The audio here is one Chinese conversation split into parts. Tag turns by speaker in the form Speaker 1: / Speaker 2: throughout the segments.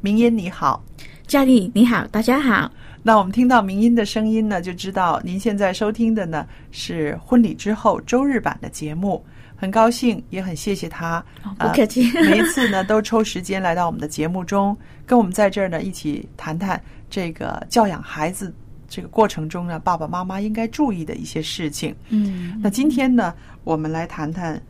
Speaker 1: 明音你好。
Speaker 2: 佳丽你好，大家好，
Speaker 1: 那我们听到明音的声音呢，就知道您现在收听的呢是婚礼之后周日版的节目。很高兴，也很谢谢他。
Speaker 2: 哦不客气。
Speaker 1: 呃 每一次呢，都抽时间来到我们的节目中，跟我们在这儿呢一起谈谈这个教养孩子这个过程中呢，爸爸妈妈应该注意的一些事情。
Speaker 2: 嗯，
Speaker 1: 那今天呢，我们来谈谈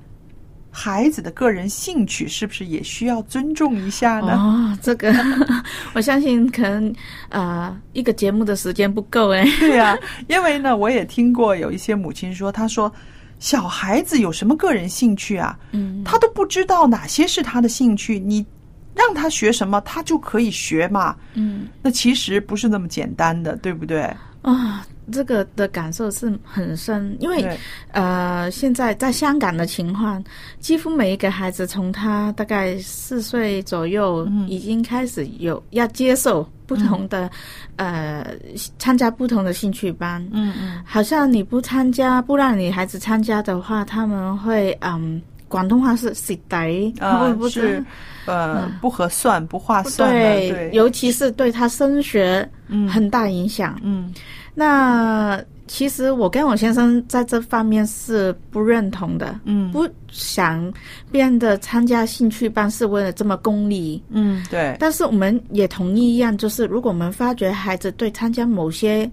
Speaker 1: 孩子的个人兴趣是不是也需要尊重一下呢？
Speaker 2: 哦，这个 我相信可能呃一个节目的时间不够哎，
Speaker 1: 对呀、因为呢，我也听过有一些母亲说，她说小孩子有什么个人兴趣啊，
Speaker 2: 嗯，
Speaker 1: 他都不知道哪些是他的兴趣，你让他学什么，他就可以学嘛。
Speaker 2: 嗯
Speaker 1: 那其实不是那么简单的，对不对？
Speaker 2: 啊、这个的感受是很深，因为
Speaker 1: 对，
Speaker 2: 呃，现在在香港的情况，几乎每一个孩子从他大概四岁左右，
Speaker 1: 嗯
Speaker 2: 已经开始有要接受不同的，呃，参加不同的兴趣班。
Speaker 1: 嗯嗯
Speaker 2: 好像你不参加，不让你孩子参加的话，他们会嗯，广东话是死底，
Speaker 1: 啊、
Speaker 2: 会不知
Speaker 1: 是呃，不合算，不划算的，
Speaker 2: 对
Speaker 1: 对，，
Speaker 2: 尤其是对他升学
Speaker 1: 嗯
Speaker 2: 很大影响。
Speaker 1: 嗯
Speaker 2: 那其实我跟我先生在这方面是不认同的，
Speaker 1: 嗯
Speaker 2: 不想变得参加兴趣班是为了这么功利。
Speaker 1: 嗯，对，
Speaker 2: 但是我们也同意一样，就是如果我们发觉孩子对参加某些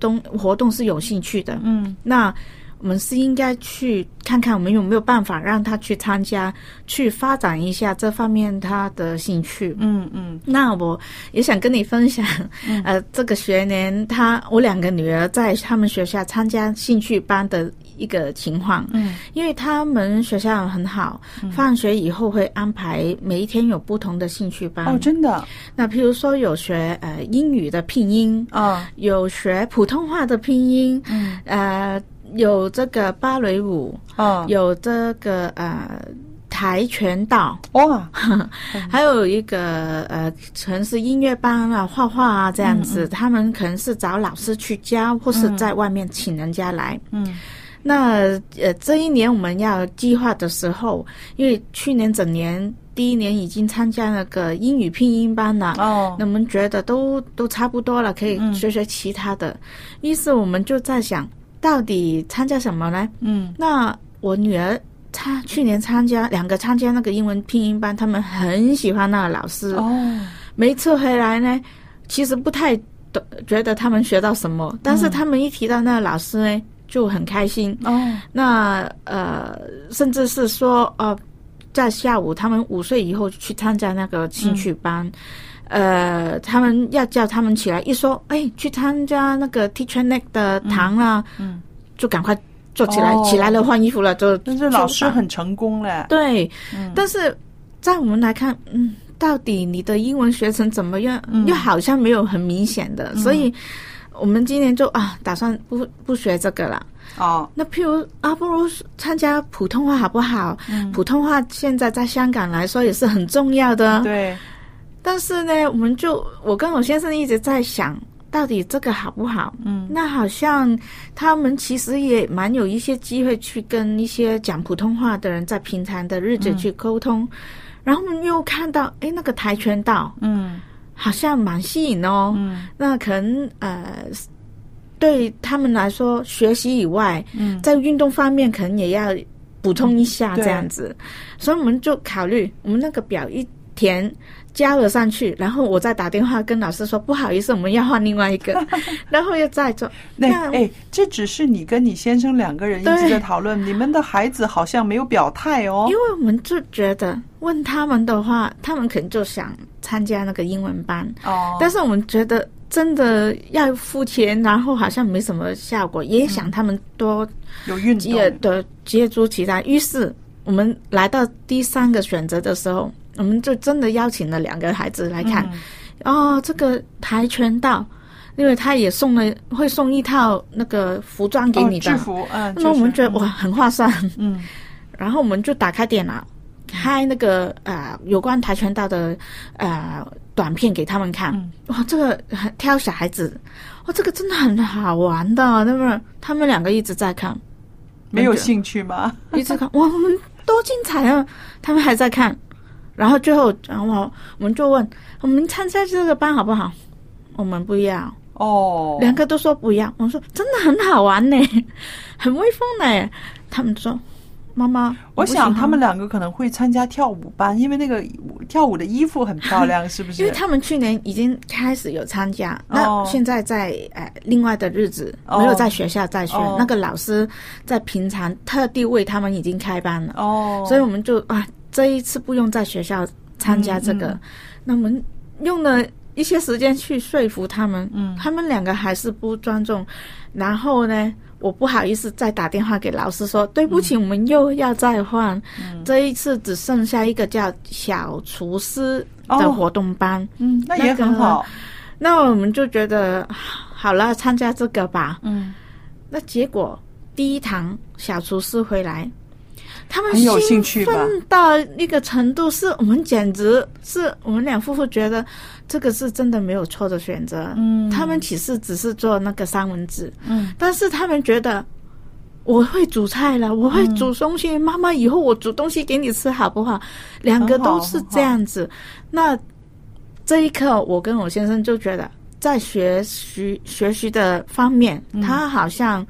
Speaker 2: 东活动是有兴趣的，
Speaker 1: 嗯
Speaker 2: 那我们是应该去看看我们有没有办法让他去参加，去发展一下这方面他的兴趣。
Speaker 1: 嗯嗯
Speaker 2: 那我也想跟你分享，
Speaker 1: 嗯
Speaker 2: 呃，这个学年他我两个女儿在他们学校参加兴趣班的一个情况，
Speaker 1: 嗯
Speaker 2: 因为他们学校很好，放学以后会安排每一天有不同的兴趣班。
Speaker 1: 哦，真的
Speaker 2: 那譬如说有学呃英语的拼音，
Speaker 1: 啊，
Speaker 2: 有学普通话的拼音，
Speaker 1: 嗯
Speaker 2: 呃，有这个芭蕾舞，
Speaker 1: 啊，
Speaker 2: 有这个呃跆拳道，
Speaker 1: 哇，嗯
Speaker 2: 还有一个呃，可能是音乐班啊、画画啊这样
Speaker 1: 嗯
Speaker 2: 子，他们可能是找老师去教，或是在外面请人家来。
Speaker 1: 嗯
Speaker 2: 那呃，这一年我们要计划的时候，因为去年整年第一年已经参加那个英语拼音班了，
Speaker 1: 哦，
Speaker 2: 那我们觉得都都差不多了，可以学学其他的。于是我们就在想，到底参加什么呢？
Speaker 1: 嗯
Speaker 2: 那我女儿她去年参加两个参加那个英文拼音班，他们很喜欢那个老师。
Speaker 1: 哦，
Speaker 2: 每次回来呢，其实不太懂，觉得他们学到什么，但是他们一提到那个老师呢，就很开心。
Speaker 1: 哦，
Speaker 2: 那呃，甚至是说呃，在下午他们五岁以后去参加那个兴趣班。呃，他们要叫他们起来，一说，哎，去参加那个 Teacher Nick 的堂啊，
Speaker 1: 嗯，
Speaker 2: 就赶快坐起来，
Speaker 1: 哦
Speaker 2: 起来了换衣服了，就
Speaker 1: 那这老师
Speaker 2: 就
Speaker 1: 很成功嘞，
Speaker 2: 对，
Speaker 1: 嗯
Speaker 2: 但是在我们来看，嗯，到底你的英文学成怎么样，
Speaker 1: 嗯
Speaker 2: 又好像没有很明显的，所以我们今年就啊，打算不不学这个了。
Speaker 1: 哦，
Speaker 2: 那譬如啊，不如参加普通话好不好？
Speaker 1: 嗯
Speaker 2: 普通话现在在香港来说也是很重要的。
Speaker 1: 对，
Speaker 2: 但是呢，我们就我跟我先生一直在想，到底这个好不好？
Speaker 1: 嗯，
Speaker 2: 那好像他们其实也蛮有一些机会去跟一些讲普通话的人在平常的日子
Speaker 1: 嗯
Speaker 2: 去沟通，然后我们又看到，哎，那个跆拳道
Speaker 1: 嗯
Speaker 2: 好像蛮吸引哦。
Speaker 1: 嗯
Speaker 2: 那可能呃，对他们来说，学习以外，
Speaker 1: 嗯，
Speaker 2: 在运动方面可能也要补充一下
Speaker 1: 对
Speaker 2: 这样子，所以我们就考虑我们那个表一填交了上去，然后我再打电话跟老师说不好意思，我们要换另外 一个，然后又再做。
Speaker 1: 那
Speaker 2: 那
Speaker 1: 哎，这只是你跟你先生两个人一直
Speaker 2: 对
Speaker 1: 在讨论，你们的孩子好像没有表态哦
Speaker 2: 因。为我们就觉得问他们的话，他们可能就想参加那个英文班，
Speaker 1: 哦，
Speaker 2: 但是我们觉得真的要付钱，然后好像没什么效果，
Speaker 1: 嗯
Speaker 2: 也想他们多
Speaker 1: 有运动，
Speaker 2: 接的接触其他。于是我们来到第三个选择的时候，我们就真的邀请了两个孩子来看。
Speaker 1: 嗯
Speaker 2: 哦，这个跆拳道，因为他也送了会送一套那个服装给
Speaker 1: 哦
Speaker 2: 你的，
Speaker 1: 制服，嗯，
Speaker 2: 那么我们觉得
Speaker 1: 就是
Speaker 2: 哇，很划算。
Speaker 1: 嗯
Speaker 2: 然后我们就打开电脑，开那个呃有关跆拳道的呃短片给他们看。
Speaker 1: 嗯
Speaker 2: 哇，这个很挑小孩子，哇，这个真的很好玩的。那么他们两个一直在看，
Speaker 1: 没有
Speaker 2: 那个
Speaker 1: 兴趣吗？
Speaker 2: 一直看，哇，我们多精彩啊！他们还在看，然后最后，然后我们就问，我们参加这个班好不好？我们不要，
Speaker 1: 哦，
Speaker 2: 两个都说不要。我们说真的很好玩呢， 很威风呢。他们说，妈妈，
Speaker 1: 我
Speaker 2: 不
Speaker 1: 想
Speaker 2: 喜欢
Speaker 1: 他们，两个可能会参加跳舞班，因为那个跳舞的衣服很漂亮，是不是？
Speaker 2: 因为他们去年已经开始有参加，那
Speaker 1: 哦
Speaker 2: 现在在呃另外的日子
Speaker 1: 哦
Speaker 2: 没有在学校在学
Speaker 1: 哦，
Speaker 2: 那个老师在平常特地为他们已经开班了。
Speaker 1: 哦，
Speaker 2: 所以我们就啊，这一次不用在学校参加这
Speaker 1: 嗯
Speaker 2: 个，
Speaker 1: 嗯
Speaker 2: 那我们用了一些时间去说服他们，
Speaker 1: 嗯
Speaker 2: 他们两个还是不尊重，然后呢，我不好意思再打电话给老师说，对不
Speaker 1: 嗯
Speaker 2: 起，我们又要再换，这一次只剩下一个叫小厨师的
Speaker 1: 哦
Speaker 2: 活动班，
Speaker 1: 嗯，那也
Speaker 2: 那个
Speaker 1: 很好，
Speaker 2: 那我们就觉得啊好了，参加这个吧，
Speaker 1: 嗯，
Speaker 2: 那结果第一堂小厨师回来，他们
Speaker 1: 很有兴趣吧
Speaker 2: 奋到一个程度，是我们简直是我们两夫妇觉得这个是真的没有错的选择。
Speaker 1: 嗯
Speaker 2: 他们其实只是做那个三文治，
Speaker 1: 嗯，
Speaker 2: 但是他们觉得。我会煮菜了，我
Speaker 1: 嗯
Speaker 2: 会煮东西。妈妈，以后我煮东西给你吃好不好？两个
Speaker 1: 很好
Speaker 2: 都是
Speaker 1: 很好
Speaker 2: 这样子。那这一刻，我跟我先生就觉得，在学习学习的方面，他好像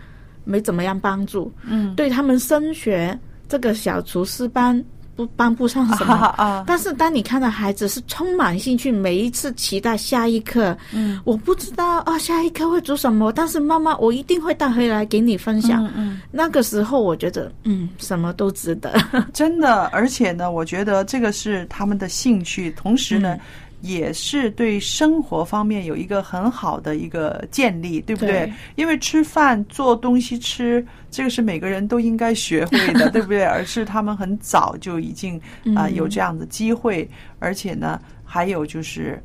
Speaker 2: 没怎么样帮助。
Speaker 1: 嗯，
Speaker 2: 对他们升学这个小厨师班不帮不上什
Speaker 1: 哈哈
Speaker 2: 么。
Speaker 1: 啊，
Speaker 2: 但是当你看到孩子是充满兴趣，每一次期待下一课，
Speaker 1: 嗯
Speaker 2: 我不知道啊、下一课会煮什么，但是妈妈我一定会带回来给你分享。
Speaker 1: 嗯嗯，
Speaker 2: 那个时候我觉得，嗯，什么都值得。
Speaker 1: 真的，而且呢，我觉得这个是他们的兴趣，同时呢。也是对生活方面有一个很好的一个建立，对不对？
Speaker 2: 对
Speaker 1: 因为吃饭、做东西吃，这个是每个人都应该学会的，对不对？而是他们很早就已经啊、
Speaker 2: 嗯
Speaker 1: 有这样的机会，而且呢，还有就是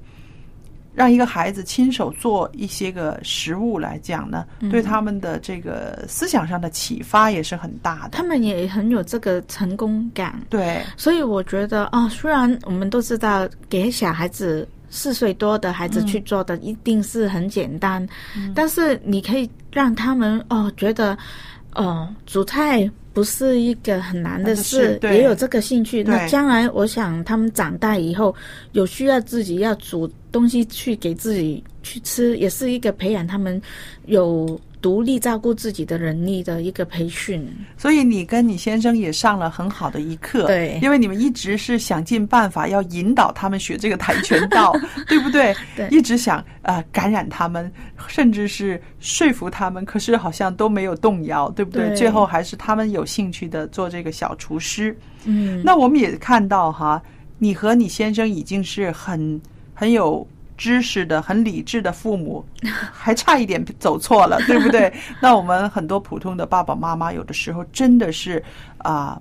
Speaker 1: 让一个孩子亲手做一些个食物来讲呢，对他们的这个思想上的启发也是很大的。
Speaker 2: 他们也很有这个成功感。
Speaker 1: 对，
Speaker 2: 所以我觉得啊、虽然我们都知道给小孩子四岁多的孩子去
Speaker 1: 嗯
Speaker 2: 做的一定是很简单，但是你可以让他们哦觉得，哦煮菜不是一个很难的
Speaker 1: 难的事
Speaker 2: 事，
Speaker 1: 对
Speaker 2: 也有这个兴趣。
Speaker 1: 对
Speaker 2: 那将来我想他们长大以后有需要自己要煮东西去给自己去吃，也是一个培养他们有独立照顾自己的能力的一个培训。
Speaker 1: 所以你跟你先生也上了很好的一课，
Speaker 2: 对
Speaker 1: 因为你们一直是想尽办法要引导他们学这个跆拳 道，对不对？
Speaker 2: 对
Speaker 1: 一直想呃感染他们，甚至是说服他们，可是好像都没有动摇，对不对？
Speaker 2: 对
Speaker 1: 最后还是他们有兴趣的做这个小厨师。
Speaker 2: 嗯，
Speaker 1: 那我们也看到哈，你和你先生已经是很很有知识的、很理智的父 母，还差一点走错了，对不对？那我们很多普通的爸爸妈妈，有的时候真的是啊、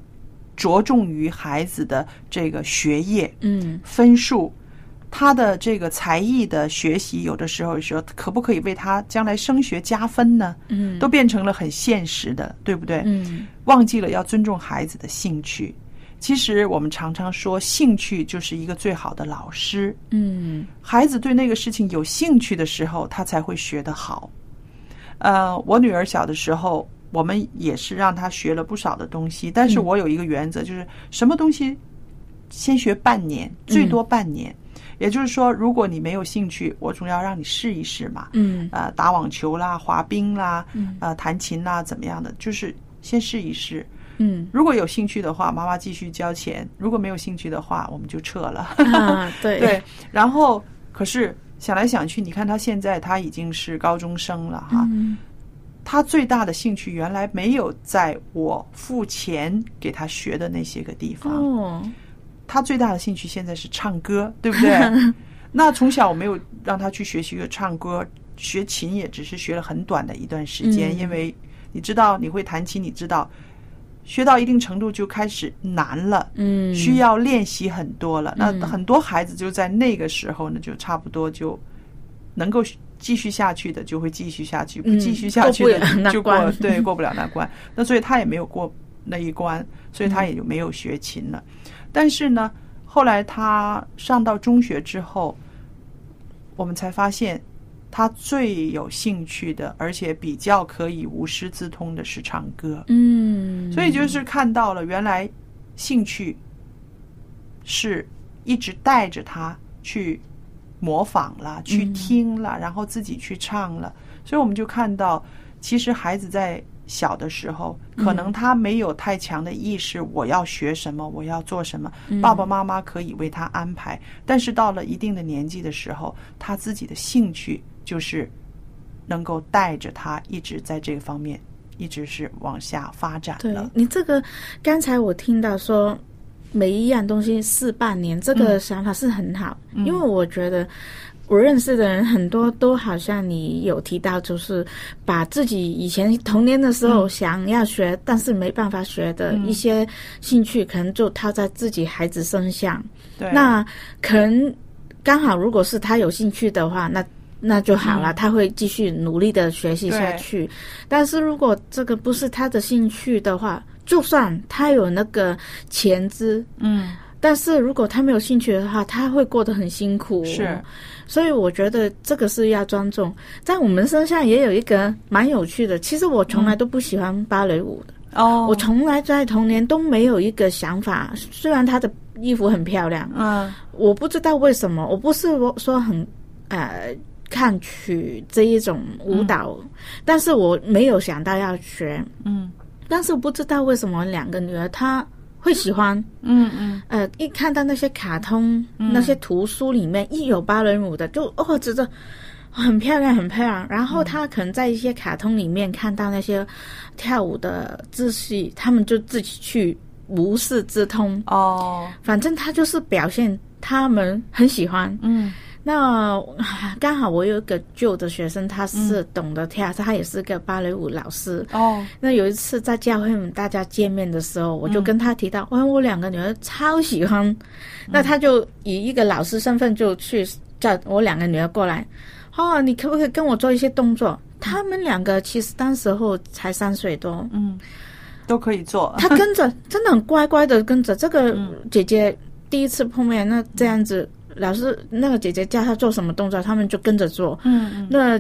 Speaker 1: 着重于孩子的这个学业、
Speaker 2: 嗯。
Speaker 1: 分数。他的这个才艺的学习，有的时候说可不可以为他将来升学加分呢？
Speaker 2: 嗯
Speaker 1: 都变成了很现实的，对不对？
Speaker 2: 嗯
Speaker 1: 忘记了要尊重孩子的兴趣。其实我们常常说，兴趣就是一个最好的老师。
Speaker 2: 嗯
Speaker 1: 孩子对那个事情有兴趣的时候，他才会学得好。呃，我女儿小的时候，我们也是让她学了不少的东西，但
Speaker 2: 嗯
Speaker 1: 是我有一个原则，就是什么东西先学半年，最多半年。
Speaker 2: 嗯
Speaker 1: 也就是说，如果你没有兴趣，我总要让你试一试嘛。
Speaker 2: 嗯
Speaker 1: 呃，打网球啦、滑冰啦、
Speaker 2: 嗯
Speaker 1: 呃，弹琴啦，怎么样的，就是先试一试。
Speaker 2: 嗯
Speaker 1: 如果有兴趣的话，妈妈继续交钱；如果没有兴趣的话，我们就撤了。
Speaker 2: 啊，对
Speaker 1: 对，然后可是想来想去，你看他现在他已经是高中生了哈，
Speaker 2: 嗯
Speaker 1: 他最大的兴趣原来没有在我付钱给他学的那些个地方，
Speaker 2: 哦，
Speaker 1: 他最大的兴趣现在是唱歌，对不 对？那从小我没有让他去学习个唱歌，学琴也只是学了很短的一段时间，
Speaker 2: 嗯
Speaker 1: 因为你知道你会弹琴，你知道学到一定程度就开始难了，
Speaker 2: 嗯，
Speaker 1: 需要练习很多了。
Speaker 2: 嗯
Speaker 1: 那很多孩子就在那个时候呢，就差不多就能够继续下去的，就会继续下去；不
Speaker 2: 嗯
Speaker 1: 继续下去
Speaker 2: 过不了那
Speaker 1: 的，就过
Speaker 2: 关
Speaker 1: 对过不了那关。那所以他也没有过那一关，所以他也就没有学琴了。但是呢，后来他上到中学之后，我们才发现。他最有兴趣的，而且比较可以无师自通的是唱歌。
Speaker 2: 嗯，
Speaker 1: 所以就是看到了原来兴趣是一直带着他去模仿了、去
Speaker 2: 嗯
Speaker 1: 听了，然后自己去唱了。所以我们就看到，其实孩子在小的时候，可
Speaker 2: 嗯
Speaker 1: 能他没有太强的意识，我要学什么，我要做什么，
Speaker 2: 嗯
Speaker 1: 爸爸妈妈可以为他安排。但是到了一定的年纪的时候，他自己的兴趣就是能够带着他一直在这个方面。一直是往下发展
Speaker 2: 对
Speaker 1: 了，
Speaker 2: 你这个，刚才我听到说每一样东西试半年，这个想法是很好，因为我觉得。我认识的人很多，都好像你有提到，就是把自己以前童年的时候想要学，但是没办法学的一些兴趣，可能就套在自己孩子身上。
Speaker 1: 对，
Speaker 2: 那可能刚好，如果是他有兴趣的话，那那就好
Speaker 1: 嗯
Speaker 2: 了，他会继续努力的学习下去。但是如果这个不是他的兴趣的话，就算他有那个潜资，
Speaker 1: 嗯，
Speaker 2: 但是如果他没有兴趣的话，他会过得很辛苦。
Speaker 1: 是，
Speaker 2: 所以我觉得这个是要尊重。在我们身上也有一个蛮有趣的，其实我从来都不喜欢芭蕾舞的。
Speaker 1: 哦
Speaker 2: 我从来在童年都没有一个想法，虽然她的衣服很漂亮，
Speaker 1: 嗯
Speaker 2: 我不知道为什么，我不是说很呃看曲这一种舞蹈，但是我没有想到要学，
Speaker 1: 嗯
Speaker 2: 但是不知道为什么两个女儿她会喜欢，
Speaker 1: 嗯嗯，
Speaker 2: 呃，一看到那些卡通、那些图书里面一有芭蕾舞的，就哦觉得很漂亮，很漂亮。然后她可能在一些卡通里面看到那些跳舞的姿势，他们就自己去无师自通。
Speaker 1: 哦，
Speaker 2: 反正她就是表现他们很喜欢。
Speaker 1: 嗯
Speaker 2: 那啊刚好我有一个旧的学生，他是懂得跳，他也是个芭蕾舞老师。
Speaker 1: 哦，
Speaker 2: 那有一次在教会大家见面的时候，我就跟他提到，哇，我两个女儿超喜欢，那他就以一个老师身份就去叫我两个女儿过来，哦，你可不可以跟我做一些动作？他们两个其实当时候才三岁多，
Speaker 1: 嗯，都可以 做，
Speaker 2: 他跟着真的很乖乖的跟着这个
Speaker 1: 嗯
Speaker 2: 姐姐。第一次碰面，那这样子，老师那个姐姐叫他做什么动作，他们就跟着做。
Speaker 1: 嗯嗯，
Speaker 2: 那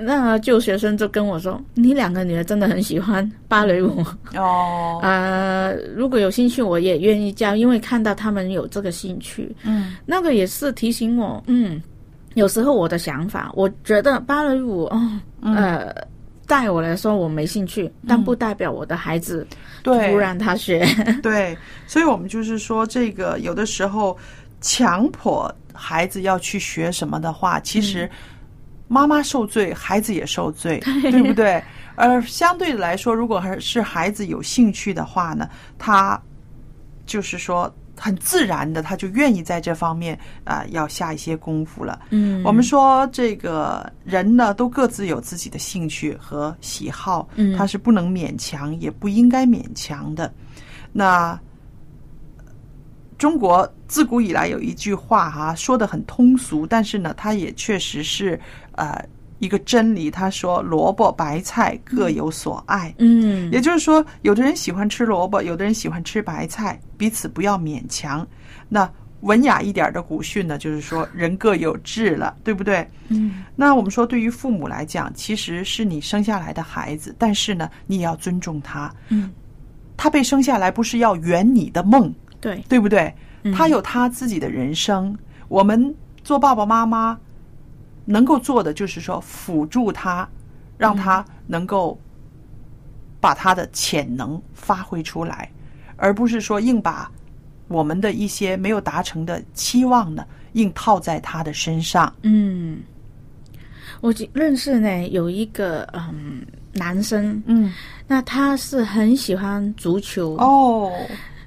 Speaker 2: 那旧学生就跟我说：“你两个女儿真的很喜欢 芭蕾舞。”
Speaker 1: 哦，
Speaker 2: 呃，如果有兴趣，我也愿意教，因为看到他们有这个兴趣，
Speaker 1: 嗯
Speaker 2: 那个也是提醒我，嗯，有时候我的想法，我觉得芭蕾舞，哦，
Speaker 1: 嗯
Speaker 2: 呃，带我来说我没兴趣，但不代表我的孩子
Speaker 1: 对，
Speaker 2: 不让他学，
Speaker 1: 对，所以我们就是说，这个有的时候强迫孩子要去学什么的话，其实妈妈受罪，孩子也受罪，对不对？而相对来说，如果还是孩子有兴趣的话呢，他就是说很自然的，他就愿意在这方面啊、呃要下一些功夫了。
Speaker 2: 嗯，
Speaker 1: 我们说这个人呢，都各自有自己的兴趣和喜好，
Speaker 2: 嗯
Speaker 1: 他是不能勉强，也不应该勉强的。那中国自古以来有一句话哈、说的很通俗，但是呢，它也确实是呃一个真理。他说：“萝卜白菜各有所爱。”
Speaker 2: 嗯
Speaker 1: 也就是说，有的人喜欢吃萝卜，有的人喜欢吃白菜，彼此不要勉强。那文雅一点的古训呢，就是说人各有志了，对不对？
Speaker 2: 嗯
Speaker 1: 那我们说，对于父母来讲，其实是你生下来的孩子，但是呢，你也要尊重他。
Speaker 2: 嗯，
Speaker 1: 他被生下来不是要圆你的梦，
Speaker 2: 对，
Speaker 1: 对不对？
Speaker 2: 嗯
Speaker 1: 他有他自己的人生，我们做爸爸妈妈能够做的就是说辅助他，让
Speaker 2: 嗯
Speaker 1: 他能够把他的潜能发挥出来，而不是说硬把我们的一些没有达成的期望呢硬套在他的身上。
Speaker 2: 嗯，我记认识呢有一个嗯男生，
Speaker 1: 嗯，
Speaker 2: 那他是很喜欢足球，
Speaker 1: 哦，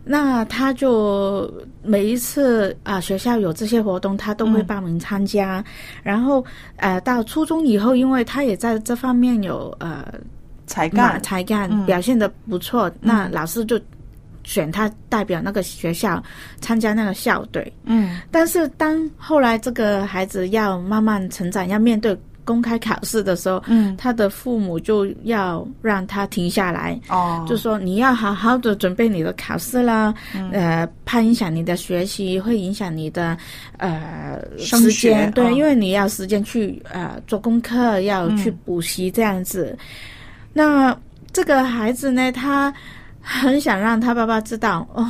Speaker 2: 那他就每一次啊、学校有这些活动，他都会
Speaker 1: 嗯
Speaker 2: 报名参加。然后呃，到初中以后，因为他也在这方面有呃
Speaker 1: 才
Speaker 2: 嘛
Speaker 1: 干，
Speaker 2: 才干，
Speaker 1: 嗯
Speaker 2: 表现的不错，那老师就选他代表那个学校参加那个校队。
Speaker 1: 嗯
Speaker 2: 但是当后来这个孩子要慢慢成长，要面对公开考试的时候，
Speaker 1: 嗯，
Speaker 2: 他的父母就要让他停下来，
Speaker 1: 哦，
Speaker 2: 就说你要好好的准备你的考试啦，
Speaker 1: 嗯
Speaker 2: 呃，怕影响你的学习，会影响你的呃
Speaker 1: 升
Speaker 2: 时
Speaker 1: 学
Speaker 2: 间，对，
Speaker 1: 嗯
Speaker 2: 因为你要时间去呃做功课，要去
Speaker 1: 嗯
Speaker 2: 补习这样子。那这个孩子呢，他很想让他爸爸知道哦。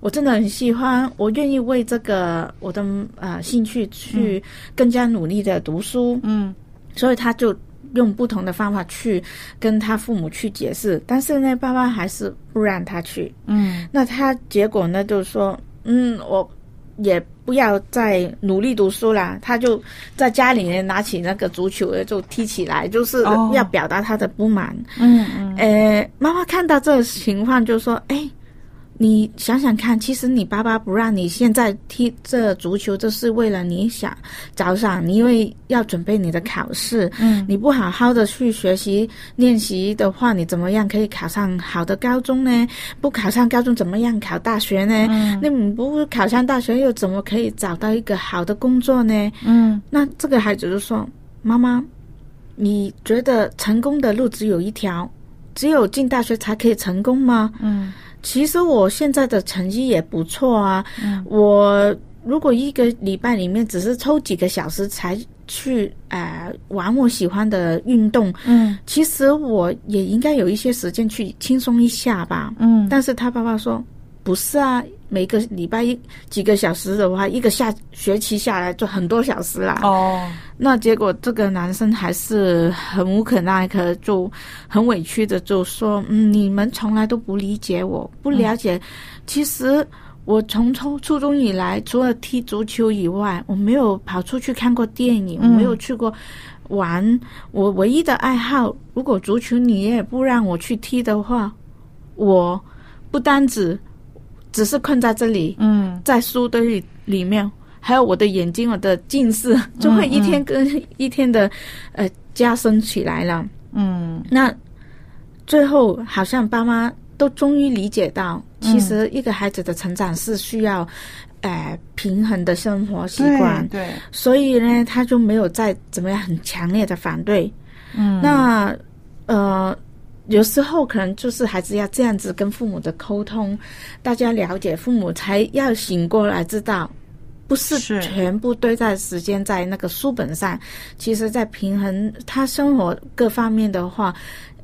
Speaker 2: 我真的很喜欢，我愿意为这个我的呃兴趣去更加努力的读书，
Speaker 1: 嗯
Speaker 2: 所以他就用不同的方法去跟他父母去解释，但是呢，爸爸还是不让他去。
Speaker 1: 嗯
Speaker 2: 那他结果呢，就是说，嗯，我也不要再努力读书啦，他就在家里面拿起那个足球就踢起来，就是
Speaker 1: 哦
Speaker 2: 要表达他的不满。
Speaker 1: 嗯嗯，
Speaker 2: 呃，妈妈看到这个情况就说：“哎，你想想看，其实你爸爸不让你现在踢这足球，这是为了你想着想，你因为要准备你的考试，
Speaker 1: 嗯
Speaker 2: 你不好好的去学习练习的话，你怎么样可以考上好的高中呢？不考上高中，怎么样考大学呢？
Speaker 1: 嗯
Speaker 2: 那你不考上大学，又怎么可以找到一个好的工作呢？
Speaker 1: 嗯
Speaker 2: 那这个孩子就说：“妈妈，你觉得成功的路只有一条，只有进大学才可以成功吗？
Speaker 1: 嗯
Speaker 2: 其实我现在的成绩也不错啊，
Speaker 1: 嗯
Speaker 2: 我如果一个礼拜里面只是抽几个小时才去呃玩我喜欢的运动，
Speaker 1: 嗯
Speaker 2: 其实我也应该有一些时间去轻松一下吧。
Speaker 1: 嗯，
Speaker 2: 但是他爸爸说不是啊，每个礼拜一几个小时的话，一个下学期下来就很多小时啦。
Speaker 1: 哦，
Speaker 2: 那结果这个男生还是很无可奈何，就很委屈的就说：“嗯，你们从来都不理解我，不了解。其实我从初初中以来，除了踢足球以外，我没有跑出去看过电影，我
Speaker 1: 嗯
Speaker 2: 没有去过玩。我唯一的爱好，如果足球你也不让我去踢的话，我不单只只是困在这里，
Speaker 1: 嗯
Speaker 2: 在书堆里里面，还有我的眼睛、我的近视，就会一天跟一天的呃加深起来了。
Speaker 1: 嗯
Speaker 2: 那最后好像爸妈都终于理解到，其实一个孩子的成长是需要呃平衡的生活习惯，
Speaker 1: 对对，
Speaker 2: 所以呢，他就没有再怎么样很强烈的反对。
Speaker 1: 嗯
Speaker 2: 那呃，有时候可能就是还是要这样子跟父母的沟通，大家了解父母才要醒过来，知道不是
Speaker 1: 是
Speaker 2: 全部堆在时间在那个书本上，其实在平衡他生活各方面的话。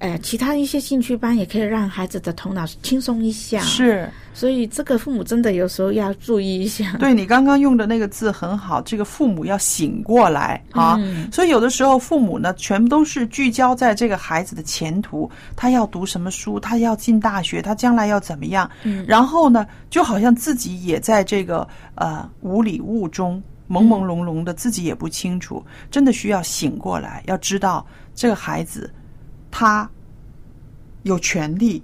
Speaker 2: 呃，其他一些兴趣班也可以让孩子的头脑轻松一下，，
Speaker 1: 是
Speaker 2: 所以这个父母真的有时候要注意一下。
Speaker 1: 对你刚刚用的那个字很好，这个父母要醒过来啊。
Speaker 2: 嗯
Speaker 1: 所以有的时候父母呢，全部都是聚焦在这个孩子的前途，他要读什么书，他要进大学，他将来要怎么样。
Speaker 2: 嗯
Speaker 1: 然后呢，就好像自己也在这个呃无里雾中朦朦胧胧的，自己也不清楚，真的需要醒过来，要知道这个孩子他有权利，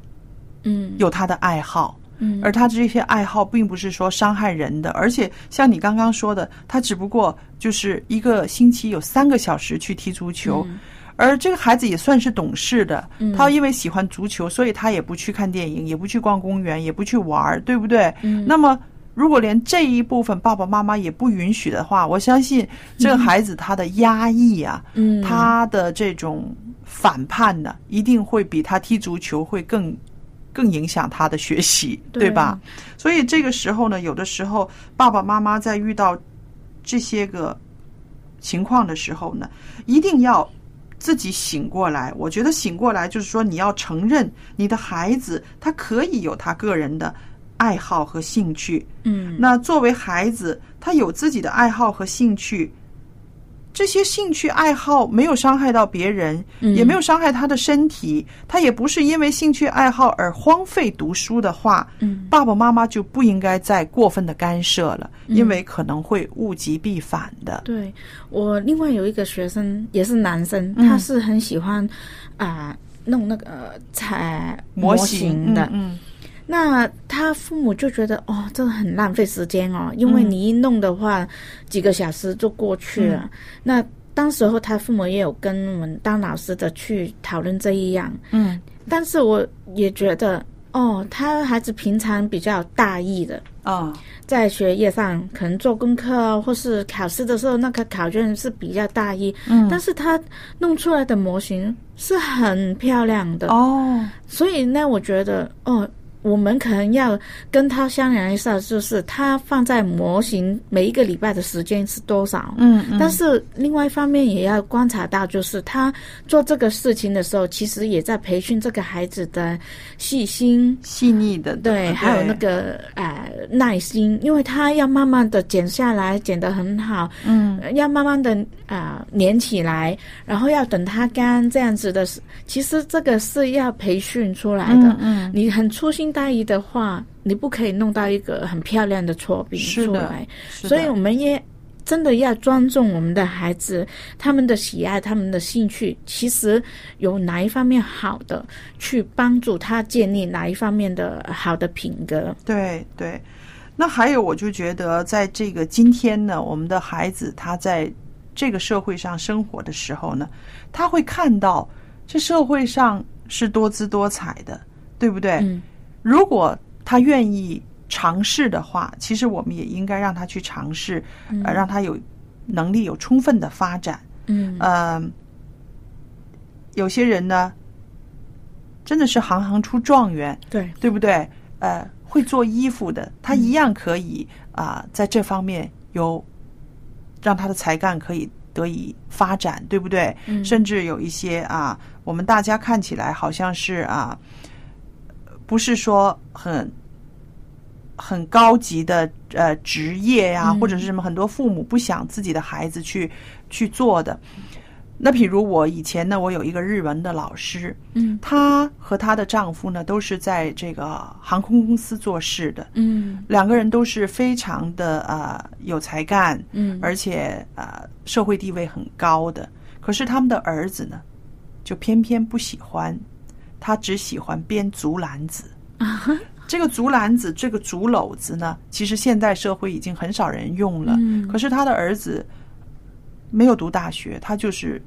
Speaker 2: 嗯
Speaker 1: 有他的爱好。
Speaker 2: 嗯
Speaker 1: 而他这些爱好并不是说伤害人的，而且像你刚刚说的，他只不过就是一个星期有三个小时去踢足球，而这个孩子也算是懂事的，他因为喜欢足球，所以他也不去看电影，也不去逛公园，也不去玩儿，对不对？那么如果连这一部分爸爸妈妈也不允许的话，我相信这个孩子他的压抑啊，
Speaker 2: 嗯，
Speaker 1: 他的这种反叛呢、一定会比他踢足球会更更影响他的学习，
Speaker 2: 对
Speaker 1: 对吧？所以这个时候呢，有的时候爸爸妈妈在遇到这些个情况的时候呢，一定要自己醒过来。我觉得醒过来就是说，你要承认你的孩子他可以有他个人的爱好和兴趣，
Speaker 2: 嗯
Speaker 1: 那作为孩子，他有自己的爱好和兴趣，这些兴趣爱好没有伤害到别人，
Speaker 2: 嗯
Speaker 1: 也没有伤害他的身体，他也不是因为兴趣爱好而荒废读书的话，
Speaker 2: 嗯
Speaker 1: 爸爸妈妈就不应该再过分的干涉了，因为可能会物极必反的。
Speaker 2: 嗯对我另外有一个学生也是男生，
Speaker 1: 嗯
Speaker 2: 他是很喜欢啊、弄那个呃彩
Speaker 1: 模
Speaker 2: 型
Speaker 1: 型
Speaker 2: 的，
Speaker 1: 嗯
Speaker 2: 那他父母就觉得哦，这个很浪费时间哦，因为
Speaker 1: 嗯
Speaker 2: 你一弄的话，几个小时就过去了。那当时候他父母也有跟我们当老师的去讨论这一样，
Speaker 1: 嗯
Speaker 2: 但是我也觉得哦，他孩子平常比较大意的，
Speaker 1: 嗯啊，
Speaker 2: 在学业上可能做功课啊或是考试的时候，那个考卷是比较大意，
Speaker 1: 嗯
Speaker 2: 但是他弄出来的模型是很漂亮的
Speaker 1: 哦，
Speaker 2: 所以呢，我觉得哦，我们可能要跟他商量一下，就是他放在模型每一个礼拜的时间是多少。
Speaker 1: 嗯嗯
Speaker 2: 但是另外一方面也要观察到，就是他做这个事情的时候，其实也在培训这个孩子的细心，
Speaker 1: 细腻的，
Speaker 2: 对，还有那个呃耐心，因为他要慢慢的剪下来，剪得很好，
Speaker 1: 嗯
Speaker 2: 呃要慢慢的啊、呃粘起来，然后要等它干这样子的是。其实这个是要培训出来的。
Speaker 1: 嗯嗯
Speaker 2: 你很粗心大意的话，你不可以弄到一个很漂亮的搓饼
Speaker 1: 是
Speaker 2: 出
Speaker 1: 的
Speaker 2: 来。
Speaker 1: 是
Speaker 2: 所以
Speaker 1: 的
Speaker 2: 我们也真的要尊重我们的孩子，他们的喜爱，他们的兴趣，其实有哪一方面好的，去帮助他建立哪一方面的好的品格。
Speaker 1: 对对，那还有，我就觉得在这个今天呢，我们的孩子他在这个社会上生活的时候呢，他会看到这社会上是多姿多彩的，对不对？
Speaker 2: 嗯
Speaker 1: 如果他愿意尝试的话，其实我们也应该让他去尝试，呃，让他有能力有充分的发展。
Speaker 2: 嗯
Speaker 1: 嗯，有些人呢，真的是行行出状元，
Speaker 2: 对，
Speaker 1: 对不对？呃，会做衣服的，他一样可以
Speaker 2: 嗯
Speaker 1: 啊、在这方面有让他的才干可以得以发展，对不对？
Speaker 2: 嗯
Speaker 1: 甚至有一些啊，我们大家看起来好像是啊，不是说很很高级的呃职业呀、
Speaker 2: 嗯
Speaker 1: 或者是什么，很多父母不想自己的孩子去去做的。那比如我以前呢，我有一个日文的老师，
Speaker 2: 嗯
Speaker 1: 她和她的丈夫呢，都是在这个航空公司做事的，
Speaker 2: 嗯
Speaker 1: 两个人都是非常的呃有才干，
Speaker 2: 嗯，
Speaker 1: 而且呃社会地位很高的。可是他们的儿子呢，就偏偏不喜欢，他只喜欢编竹篮 子。这个竹篮子，这个竹篓子呢，其实现代社会已经很少人用了。
Speaker 2: 嗯
Speaker 1: 可是他的儿子没有读大学，他就是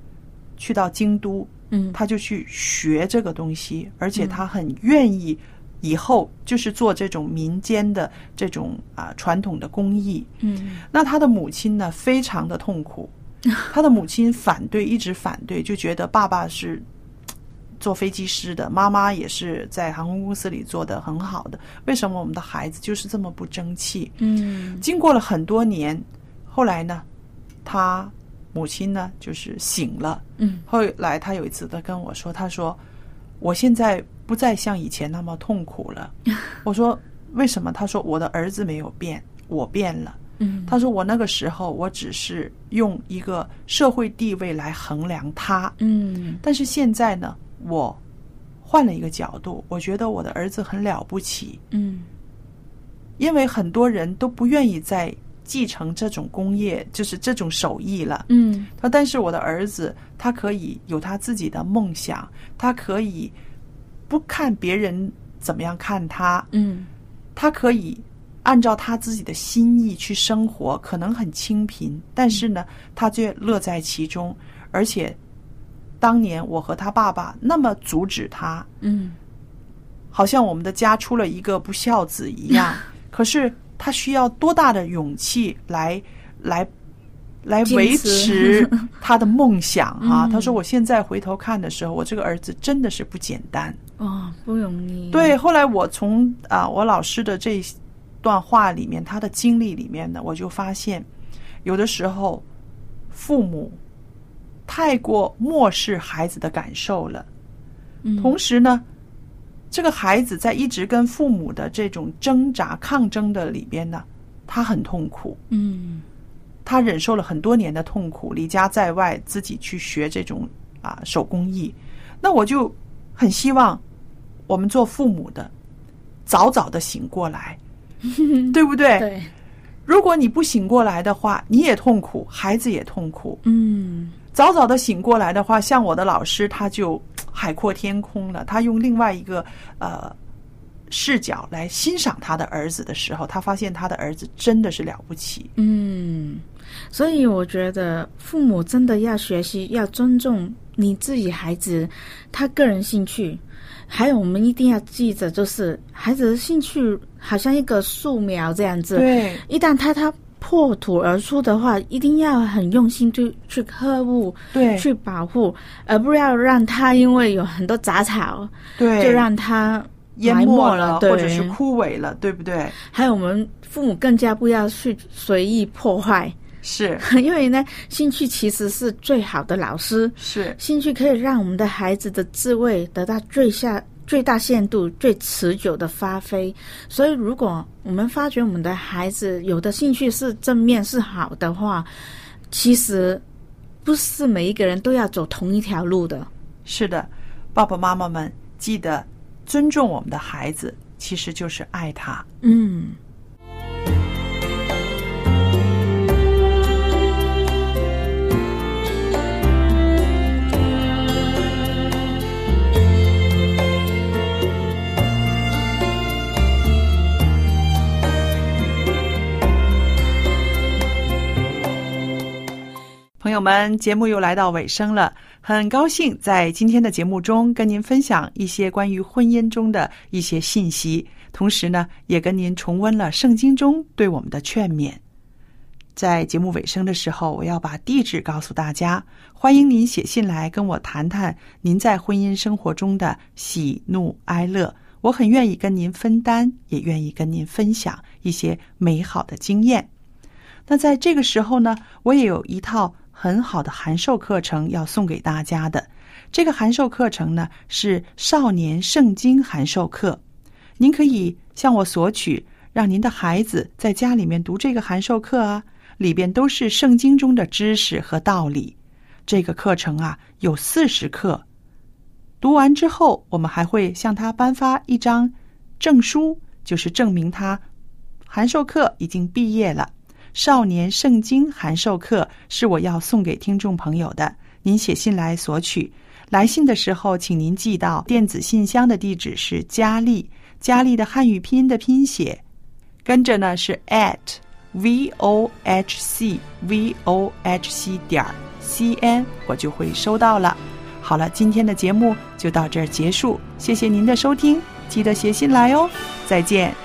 Speaker 1: 去到京都
Speaker 2: 嗯
Speaker 1: 他就去学这个东西，而且他很愿意以后就是做这种民间的这种啊、传统的工艺。
Speaker 2: 嗯
Speaker 1: 那他的母亲呢，非常的痛苦，他的母亲反对，一直反对，就觉得爸爸是嘖做飞机师的，妈妈也是在航空公司里做的很好的，为什么我们的孩子就是这么不争气？
Speaker 2: 嗯
Speaker 1: 经过了很多年，后来呢，他母亲呢就是醒了。
Speaker 2: 嗯
Speaker 1: 后来他有一次他跟我说，他说我现在不再像以前那么痛苦了。我说为什么？他说我的儿子没有变，我变了。
Speaker 2: 嗯，
Speaker 1: 他说我那个时候我只是用一个社会地位来衡量他，
Speaker 2: 嗯
Speaker 1: 但是现在呢，我换了一个角度，我觉得我的儿子很了不起，
Speaker 2: 嗯
Speaker 1: 因为很多人都不愿意再继承这种工业，就是这种手艺了。
Speaker 2: 嗯
Speaker 1: 他但是我的儿子，他可以有他自己的梦想，他可以不看别人怎么样看他，
Speaker 2: 嗯
Speaker 1: 他可以按照他自己的心意去生活，可能很清贫，但是呢，他却乐在其中。而且，当年我和他爸爸那么阻止他，
Speaker 2: 嗯
Speaker 1: 好像我们的家出了一个不孝子一样。可是他需要多大的勇气来来来维持
Speaker 2: 坚持
Speaker 1: 他的梦想啊？
Speaker 2: 嗯
Speaker 1: 他说：“我现在回头看的时候，我这个儿子真的是不简单。”
Speaker 2: 哦，不容易。
Speaker 1: 对，，后来我从啊、我老师的这一段话里面，他的经历里面呢，我就发现，有的时候父母太过漠视孩子的感受了，
Speaker 2: 嗯
Speaker 1: 同时呢，这个孩子在一直跟父母的这种挣扎抗争的里边呢，他很痛苦。
Speaker 2: 嗯
Speaker 1: 他忍受了很多年的痛苦，离家在外，自己去学这种啊手工艺。那我就很希望我们做父母的早早的醒过来，对不对？
Speaker 2: 对，
Speaker 1: 如果你不醒过来的话，你也痛苦，孩子也痛苦。
Speaker 2: 嗯
Speaker 1: 早早的醒过来的话，像我的老师，他就海阔天空了。他用另外一个呃视角来欣赏他的儿子的时候，他发现他的儿子真的是了不起。
Speaker 2: 嗯，所以我觉得父母真的要学习，要尊重你自己孩子他个人兴趣。还有，我们一定要记着，就是孩子的兴趣好像一个树苗这样子，
Speaker 1: 对，
Speaker 2: 一旦他他破土而出的话，一定要很用心去去呵护、
Speaker 1: 对，
Speaker 2: 去保护，而不要让他因为有很多杂草
Speaker 1: 对，
Speaker 2: 就让他
Speaker 1: 淹
Speaker 2: 埋
Speaker 1: 没
Speaker 2: 没
Speaker 1: 了，
Speaker 2: 了
Speaker 1: 或者是
Speaker 2: 对
Speaker 1: 枯萎了，对不对？
Speaker 2: 还有我们父母更加不要去随意破坏，
Speaker 1: 是
Speaker 2: 因为呢，兴趣其实是最好的老师，
Speaker 1: 是，
Speaker 2: 兴趣可以让我们的孩子的智慧得到最下。最大限度、最持久的发挥。所以，如果我们发觉我们的孩子有的兴趣是正面是好的话，其实不是每一个人都要走同一条路的。
Speaker 1: 是的，爸爸妈妈们记得尊重我们的孩子，其实就是爱他。
Speaker 2: 嗯，
Speaker 1: 朋友们，节目又来到尾声了，很高兴在今天的节目中跟您分享一些关于婚姻中的一些信息，同时呢，也跟您重温了圣经中对我们的劝勉。在节目尾声的时候，我要把地址告诉大家，欢迎您写信来跟我谈谈您在婚姻生活中的喜怒哀乐，我很愿意跟您分担，也愿意跟您分享一些美好的经验。那在这个时候呢，我也有一套很好的函授课程要送给大家的。这个函授课程呢是少年圣经函授课，您可以向我索取，让您的孩子在家里面读这个函授课啊，里边都是圣经中的知识和道理。这个课程啊有四十课，读完之后，我们还会向他颁发一张证书，就是证明他函授课已经毕业了。少年圣经函授课是我要送给听众朋友的，您写信来索取。来信的时候，请您寄到电子信箱的地址是佳丽，佳丽的汉语拼音的拼写，跟着呢是 at v o h c v o h c 点 c n，我就会收到了。好了，今天的节目就到这儿结束，谢谢您的收听，记得写信来哦，再见。